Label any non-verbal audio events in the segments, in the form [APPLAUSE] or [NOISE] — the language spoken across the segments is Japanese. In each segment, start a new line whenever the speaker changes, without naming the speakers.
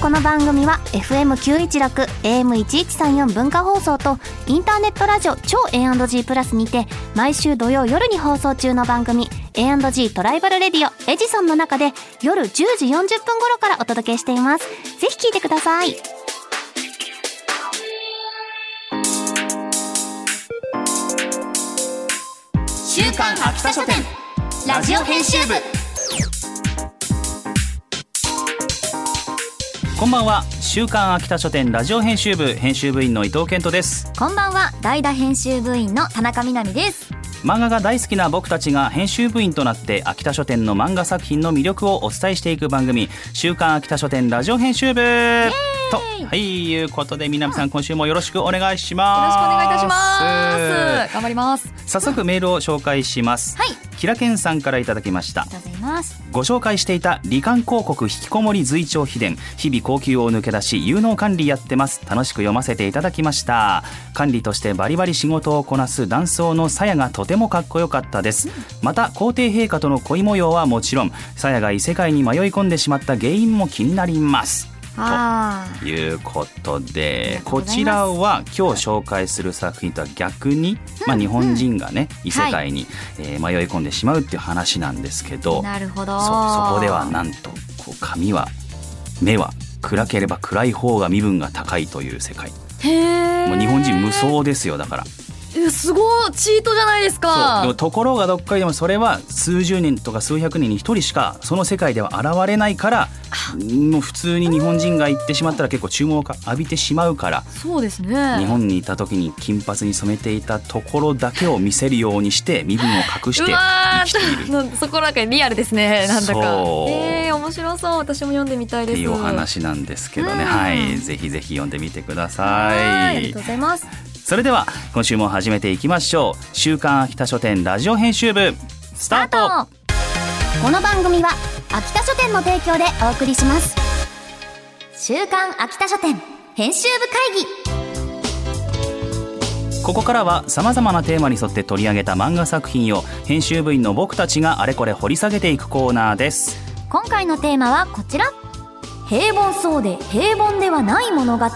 この番組は FM916、AM1134 文化放送とインターネットラジオ超 A&G プラスにて毎週土曜夜に放送中の番組 A&G トライバルレディオエジソンの中で夜10時40分頃からお届けしています。ぜひ聞いてください。
週刊秋田書店ラジオ編集部
こんばんは週刊秋田書店ラジオ編集部編集部員の伊藤健人です
こんばんは、代打編集部員の田中みなみです。
漫画が大好きな僕たちが編集部員となって秋田書店の漫画作品の魅力をお伝えしていく番組週刊秋田書店ラジオ編集部とはいいうことで南さん今週もよろしくお願いし
よろ
ま
し
す
くお願いいたします頑張ります
早速メールを紹介します
はい、あり
キラケンさんからいただきました
がとうございます。
ご紹介していた罹患広告引きこもり随聴秘伝日々高級を抜け出し有能管理やってます楽しく読ませていただきました管理としてバリバリ仕事をこなす男装の鞘がとてもかっこよかったですまた皇帝陛下との恋模様はもちろん鞘が異世界に迷い込んでしまった原因も気になります
ああ、
ということ
あ
で
りがとうご
こ
ざいます
ちらは今日紹介する作品とは逆に、まあ、日本人がね異世界に、えー迷い込んでしまうっていう話なんですけど
なるほど。
そそこではなんとこう髪は目は暗ければ暗い方が身分が高いという世界
へえ
もう日本人無双ですよだから
えすごいチートじゃないです
そうで
か
もところがどっかでもそれは数十人とか数百人に一人しかその世界では現れないからもう普通に日本人が行ってしまったら結構注目を浴びてしまうから
そうですね
日本にいた時に金髪に染めていたところだけを見せるようにして身分を隠して
うわ
生
ー
きている
なんそこなんかリアルですねなんだか
そう
えー、面白そう私も読んでみたい
っ
で
て
す
いうお話なんですけどね、
うん
はいぜひぜひ読んでみてくだ
は
さ
ーい
い
ありがとうございます
それでは今週も始めていきましょう週刊秋田書店ラジオ編集部スタート
この番組は秋田書店の提供でお送りします週刊秋田書店編集部会議
ここからはさまざまなテーマに沿って取り上げた漫画作品を編集部員の僕たちがあれこれ掘り下げていくコーナーです
今回のテーマはこちら平凡そうで平凡ではない物語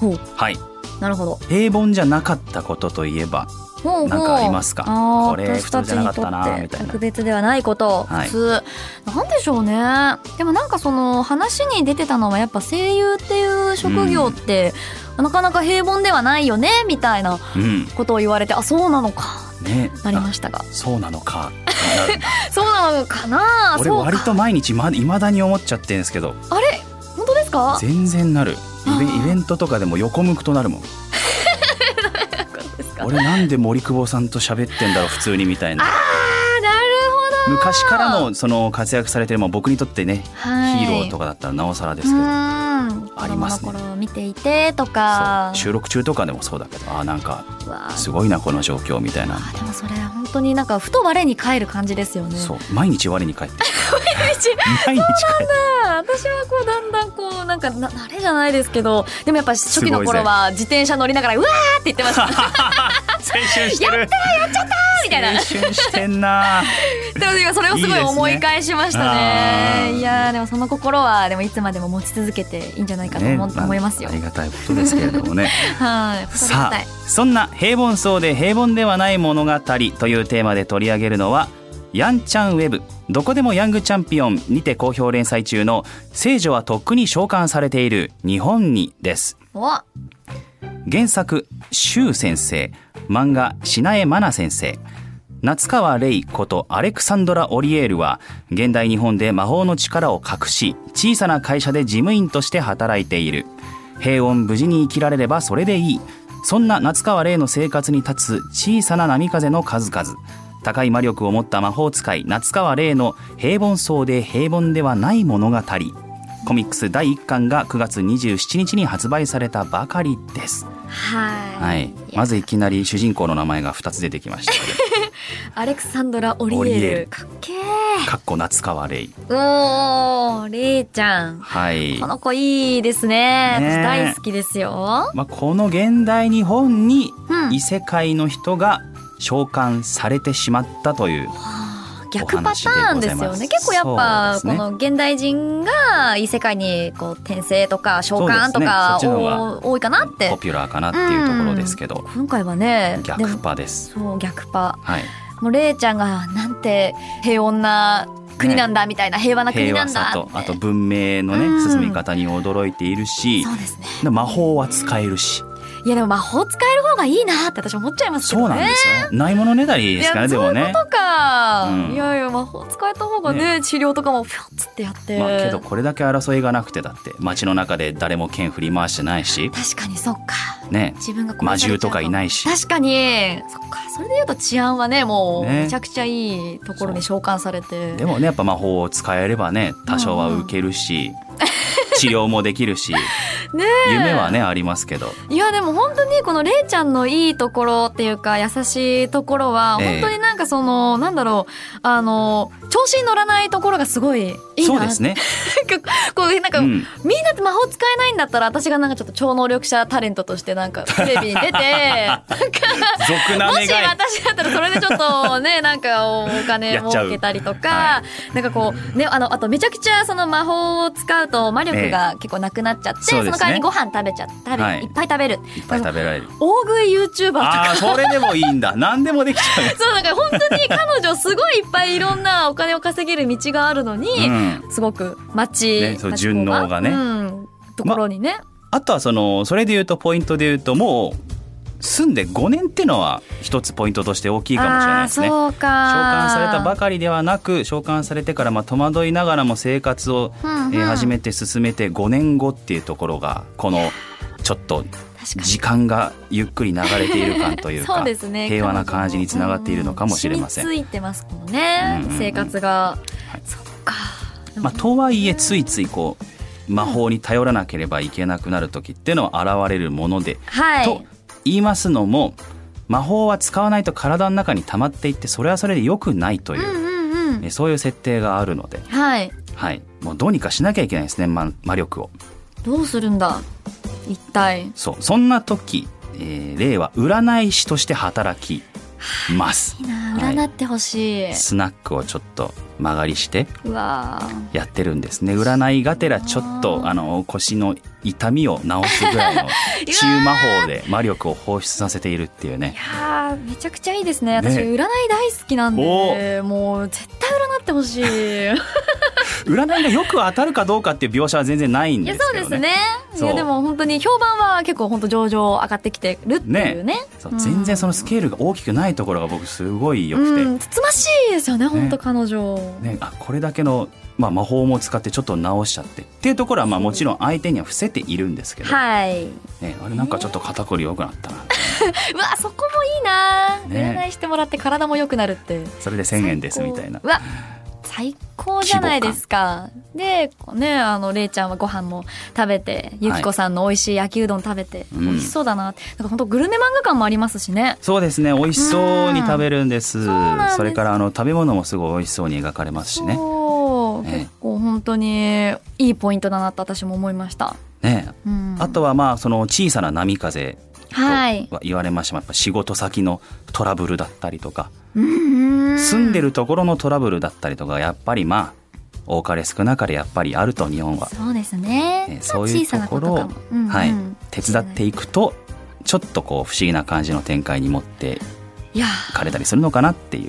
ほう
はい
なるほど
平凡じゃなかったことといえば
ほうほう
なんかありますか
あー
これ
私たちにと
普通じゃなかったな
って
みたいな
特別ではないこと、
はい
普通なんでしょうねでもなんかその話に出てたのはやっぱ声優っていう職業って、なかなか平凡ではないよねみたいな
うん
ことを言われてあそうなのか
ね
なりましたが
あそうな
[LAUGHS]
のか
そうなのかな
俺
そう
割
か
と毎日ま未だに思っちゃってるんですけど
あれ本当ですか
全然なるイベ
あー
イベントとかでも横向くとなるもん俺なんで森久保さんと喋ってんだろう普通にみたいな
あなる
昔からのその活躍されてる、まあ、僕にとってね、
ほど、はい、
ヒーローと
か
かだったらなおさらで
です
けど
ど
ありますね
子供の頃見ていてと
そ
か
う収録中とかでもそうだけどあーなんか
うわー
すごいなこの状況みたいな
あでもそれ本当になんかふと我に返る感じですよね。
そう毎日我に返って
毎日
毎日返って
あ私はこうだんだんこうなんかな慣れじゃないですけどでもやっぱ初期の
すごい
頃
ぜ
は自転車乗りながらうわーって言ってました
[LAUGHS] 青春してるやった
みたい
[LAUGHS]
な
青春してんな
でも今それをすごい思い返しましたね
いいですねあー
いやーでもその心はでもいつまでも持ち続けていいんじゃないかと思,、
まあ
思いますよ
ありがたいことですけれどもね
はい
さ
ありがたい
あそんな平凡そうで平凡ではない物語というテーマで取り上げるのはヤンちゃんウェブどこでもヤングチャンピオンにて好評連載中の聖女はとっくに召喚されている日本にです
お
原作周先生漫画品江真奈先生夏川レイことアレクサンドラ・オリエールは現代日本で魔法の力を隠し小さな会社で事務員として働いている平穏無事に生きられればそれでいいそんな夏川レイの生活に立つ小さな波風の数々高い魔力を持った魔法使い夏川レイの平凡そうで平凡ではない物語コミックス第1巻が9月27日に発売されたばかりです
はい、
はい、まずいきなり主人公の名前が2つ出てきまし
[LAUGHS]
たね
アレクサンドラ・オリエ
オリエ
ー
ー
ル
ル
かっけー
かっこ夏川レイ
おーレイちゃん
はい
この子いいですね
ね
私
え
大好きですよ、
まあ、この現代日本に
うん
異世界の人が召喚されてしまったという
あー逆パターンです
お
よ
話
ね
で
結構やっぱ、
そうです
こ
ね
の現代人が異世界にこう転生とか召喚とか、
そうですねそっちの方が
お多いかなって
ポピュラーかなっていうところですけど、
今回はねで
逆
も
パです。
そう逆パ
はい、
もうレイちゃんがなんて平穏な国なんだみたいな、平和な国
平
な
和
ん
さ
だ
と
って
あと文明のね、
うん
進み方に驚いているし
そうですね
で魔法は使えるし
いやでも魔法使える方がいいなって私思っちゃいますけ
そう
ど
なん
ね
ですよ、ないものねだりですからねでもね
いやそういうことか、
うん
いやいや魔法使えた方がね治療とかもピョンっつってやって、
まあ、けどこれだけ争いがなくてだって街の中で誰も剣振り回してないし
確かにそっか
ね
自分が殺
魔
され
獣
ちゃ
と
う
かいないし
確かにそっかそれで言うと治安はねもう
ね
めちゃくちゃいいところに召喚されて、
でもねやっぱ魔法を使えればね多少は受けるし、治療もできるし、
[LAUGHS]
夢はねありますけど
いやでも本当にこのれいちゃんのいいところっていうか優しいところは
ええ
本当になんかその、なんだろうあの調子に乗らないところがすごいいいな
そうですね、
こうなんか、
うん、
みんなって魔法使えないんだったら私がなんかちょっと超能力者タレントとしてなん
[LAUGHS]
かテレビに出てなんか
俗な
も
願い
し私だったらそれでちょっと
[LAUGHS]
ねなんかお金
やっちゃう
儲けたりとか、なんかこうねあのあとめちゃくちゃその魔法を使うと魔力が結構なくなっちゃって、
そう
そ
ですね
の代わりにご飯食べちゃ食べ、
はい
いっぱい食べる
いっぱい食べられる
大食い YouTuber とか。
ああーそれでもいいんだ何でもできちゃう
そうなんか本当に彼女すごいいっぱいいろんなお金を稼げる道があるのに、
うん
すごく街、
ねそう
町
順応がね
うん、ところにね、
あとはそのそれで言うとポイントで言うともう住んで5年ってのは一つポイントとして大きいかもしれないですね
あ。ーそうか
召喚されたばかりではなく召喚されてからまあ戸惑いながらも生活を、
うんうん
えー始めて進めて5年後っていうところがこのちょっと
確かに
時間がゆっくり流れている感という
[LAUGHS] そ
か
うですね
平和な感じにつながっているのかもしれません。
染みついてますもんね、
うんうんうん
生活が、
はい
そっか
まあ、とはいえついついこう魔法に頼らなければいけなくなる時っていうのは現れるもので
はい
と言いますのも魔法は使わないと体の中に溜まっていってそれはそれで良くないというう、
んうんうん
えそういう設定があるので、
はい
はい、もうどうにかしなきゃいけないですね、ま、魔力を
どうするんだ一体
そうそんな時、えー、霊は占い師として働きます
いいな
はい
占ってほしい、
スナックをちょっと曲がりして
うわー
やってるんですね占いがてらちょっとあの腰の痛みを治すぐら
[LAUGHS]
いの治癒魔法で魔力を放出させているっていうね
いやーめちゃくちゃいいですね
ね
私占い大好きなんで、もう絶対占ってほしい
占いがよく当たるかどうかっていう描写は全然 [LAUGHS] ないん
い
で
や
す
そう
け
で
ど
す
ね
ねい
そう
やでも本当に評判は結構本当上々上がってきてるっていうね
そう全然そのスケールが大きくないところが僕すごい良くて、
うんつつましいですよね本当彼女、
ね、あこれだけの、まあ、魔法も使ってちょっと直しちゃってっていうところはまあもちろん相手には伏せているんですけど、
はい
ね、あれなんかちょっと肩こり良くなったな
うわそこもいいな、
ね
占いしてもらって体も良くなるって
それで1,000円ですみたいな
うわ最高じゃないですかでこうねあのれいちゃんはご飯も食べてゆきこさんの美味しい焼きうどん食べて、
うん
美味しそうだなってなんか本当グルメ漫画感もありますしね
そうですね美味しそうに食べるんです
そうなんです
それからあの食べ物もすごい美味しそうに描かれますしね
そう
ね
結構本当にいいポイントだなと私も思いました、
ね
うん、
あとはまあその小さな波風と
はい、
は言われましてもやっぱ仕事先のトラブルだったりとか
うんうん
住んでるところのトラブルだったりとかやっぱりまあ多かれ少なかれやっぱりあると日本は
そうですね、
ね
まあ
そうい
小
う
さ
と
なこ
ころを
とかもうんうん
はい、手伝っていくとちょっとこう不思議な感じの展開に持って
いや
いかれたりするのかなっていう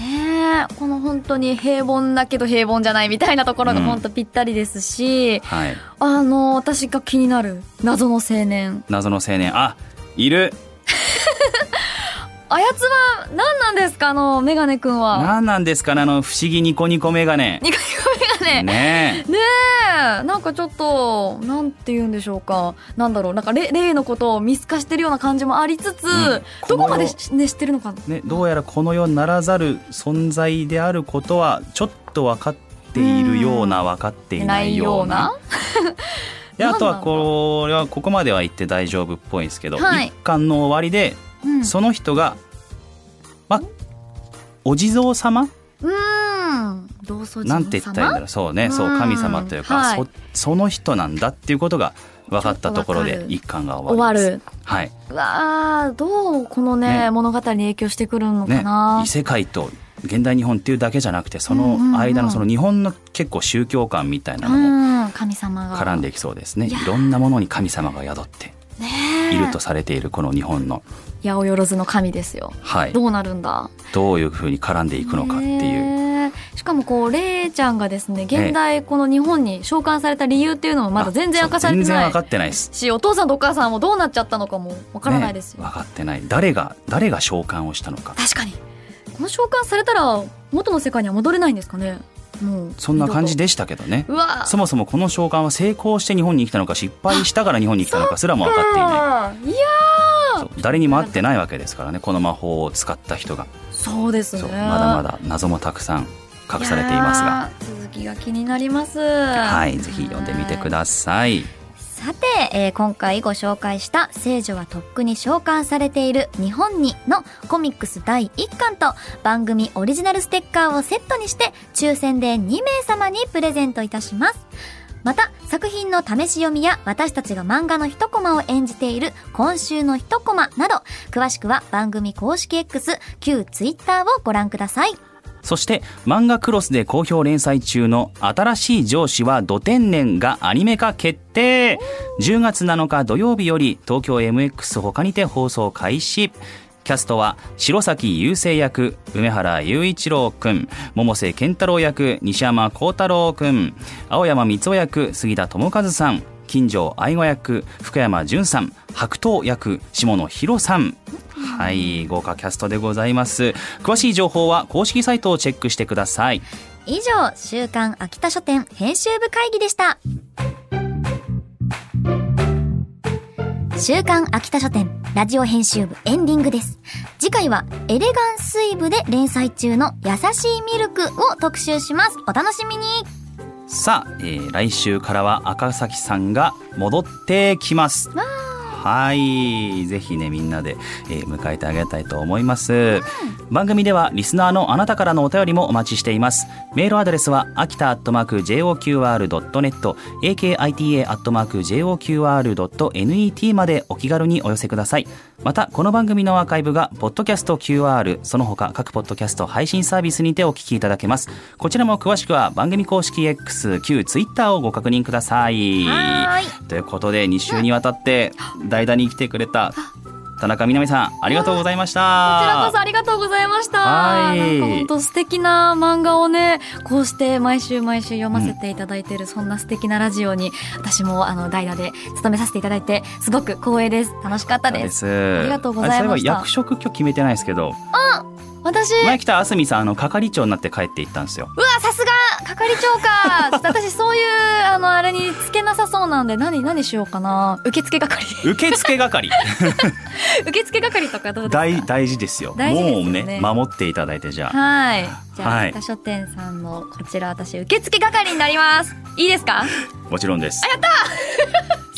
ねえこの本当に平凡だけど平凡じゃないみたいなところが
うん
本当ぴったりですし、
はい
あの私が気になる謎の青年
謎の青年あいる
あやつは何なんですかあのメガネくんは
何なんですかねあの不思議ニコニコメガネ
ニコニコメガネね
ねえ
えなんかちょっとなんて言うんでしょうかなんだろうなんかれ例のことを見透かしてるような感じもありつつ、
ん
どこまで
こ
し、ね、知ってるのか
ね、どうやらこの世ならざる存在であることはちょっと分かっているような分かっていないような。であとはこれはここまでは言って大丈夫っぽいんですけど、
はい
一巻の終わりで
うん
その人が、まあお地蔵様
うん同窓人
なんて言ったらいいんだろうそうねそううん神様というか、
はい
そその人なんだっていうことが分かったところ
ちょっと分か
で
る
一巻が終
終
わ
わ
ります。
る
はい、
うわーどうこのね
ね
物語に影響してくるのか
ね
な、
異世界と現代日本っていうだけじゃなくてその間のその日本の結構宗教観みたいなのも
うん神様が
絡んできそうですねいろんなものに神様が宿って
ねえ
いるとされているこの日本の、
八百万の神ですよ
はい、
どうなるんだ
どういうふうに絡んでいくのかっていう。
ねえしかもこうレイちゃんがですね現代この日本に召喚された理由っていうのもまだ全然明かされて
全然
な
分
い
かってないです。
しお父さんとお母さんもどうなっちゃったのかもわからないですよ、
ね分かってない誰が誰が召喚をしたのか
確かにこの召喚されたら元の世界には戻れないんですかねもう
そんな感じ
で
でしたけどね
うわ
そもそもこの召喚は成功して日本に来たのか失敗したから日本に来たのかすらも分かっていな
い
い
や
そう誰にも会ってないわけですからねこの魔法を使った人が
そうですね
そうまだまだ謎もたくさん隠されていますが
やー続きが気になります
はいぜひ読んでみてください
さて、えー今回ご紹介した「聖女はとっくに召喚されている日本に」のコミックス第1巻と番組オリジナルステッカーをセットにして抽選で2名様にプレゼントいたしますまた作品の試し読みや私たちが漫画の一コマを演じている今週の一コマなど詳しくは番組公式 X 旧 Twitter をご覧ください
そして漫画クロスで好評連載中の「新しい上司は土天然」がアニメ化決定10月7日土曜日より東京 MX 他にて放送開始キャストは白崎雄星役梅原雄一郎くん百瀬健太郎役西山幸太郎くん青山光雄役杉田智和さん金城愛護役福山潤さん白桃役下野紘さんはい豪華キャストでございます詳しい情報は公式サイトをチェックしてください
以上週刊秋田書店編集部会議でした週刊秋田書店ラジオ編集部エンディングです次回はエレガンスイブで連載中の優しいミルクを特集しますお楽しみに
さあ、えー来週からは赤崎さんが戻ってきますはいぜひねみんなで、えー迎えてあげたいと思います、番組ではリスナーのあなたからのお便りもお待ちしていますメールアドレスは秋田アットマーク JOQR.net akita アットマーク JOQR.net までお気軽にお寄せくださいまたこの番組のアーカイブがポッドキャスト QR その他各ポッドキャスト配信サービスにてお聞きいただけますこちらも詳しくは番組公式 X 旧 Twitter をご確認ください
はー
ということで2週にわたって代打に来てくれた田中みな実さんありがとうございました
こちらこそありがとうございました。
はい
なんか本当素敵な漫画をね、こうして毎週毎週読ませていただいている、そんな素敵なラジオに、私もあの代打で務めさせていただいて、すごく光栄です。楽しかったです。
す
ありがとうございました
あれそうえば役職今日決めてないですけど、
私、
前来たあすみさん、あの係長になって帰っていったんですよ。
うわ、さすが係長 [LAUGHS] かちょっと私そういう、あの、あれにつけなさそうなんで、何、何しようかな。受付係。
受付係、
[LAUGHS] 受付係とかどうです
大
か
大事ですよ。
大事ですよね
もうね、守っていただいてじゃあ。
はい。じゃあ、
はい
赤書店さんのこちら私、受付係になります。いいですか
もちろんです。
[LAUGHS]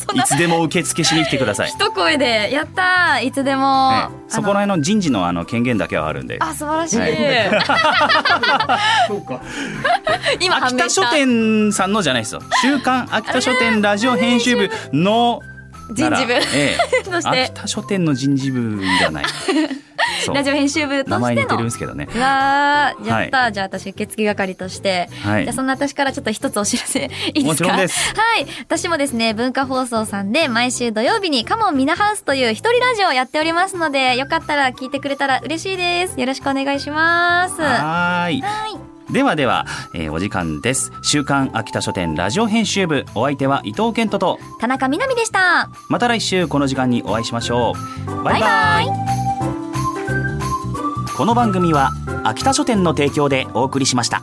そん
い
な
つでも受付しに来てください。
一声で「やったーいつでも」 [LAUGHS] あ
ね
の
そこら辺の人事のあの権限だけはあるんで。
あ素晴らしい、
は
そうか。
[LAUGHS] 今判
秋
明
田
した
書店さんのじゃないですよ。週刊秋田書店ラジオ編集部のな
[LAUGHS] 人
ら
事部
ええ
とし
秋
て
田書店の人事部
[LAUGHS]
じゃない。そう
ラジオ編集部と
名
し
前
て
似て
の
るんですけどね。
うわーやったー、
は
じゃあ私受付係として、
はい
じゃあそんな私からちょっと一つお知らせ [LAUGHS] いいですか
もちろんです
はい私もですね文化放送さんで毎週土曜日にカモンミナハウスという一人ラジオをやっておりますのでよかったら聞いてくれたら嬉しいですよろしくお願いしますは
はー
ーい
い。ではでは、えーお時間です。週刊秋田書店ラジオ編集部、お相手は伊藤健人と、
田中みなみでした
また来週この時間にお会いしましょう。バイバイ。
バイバイ
この番組は秋田書店の提供でお送りしました。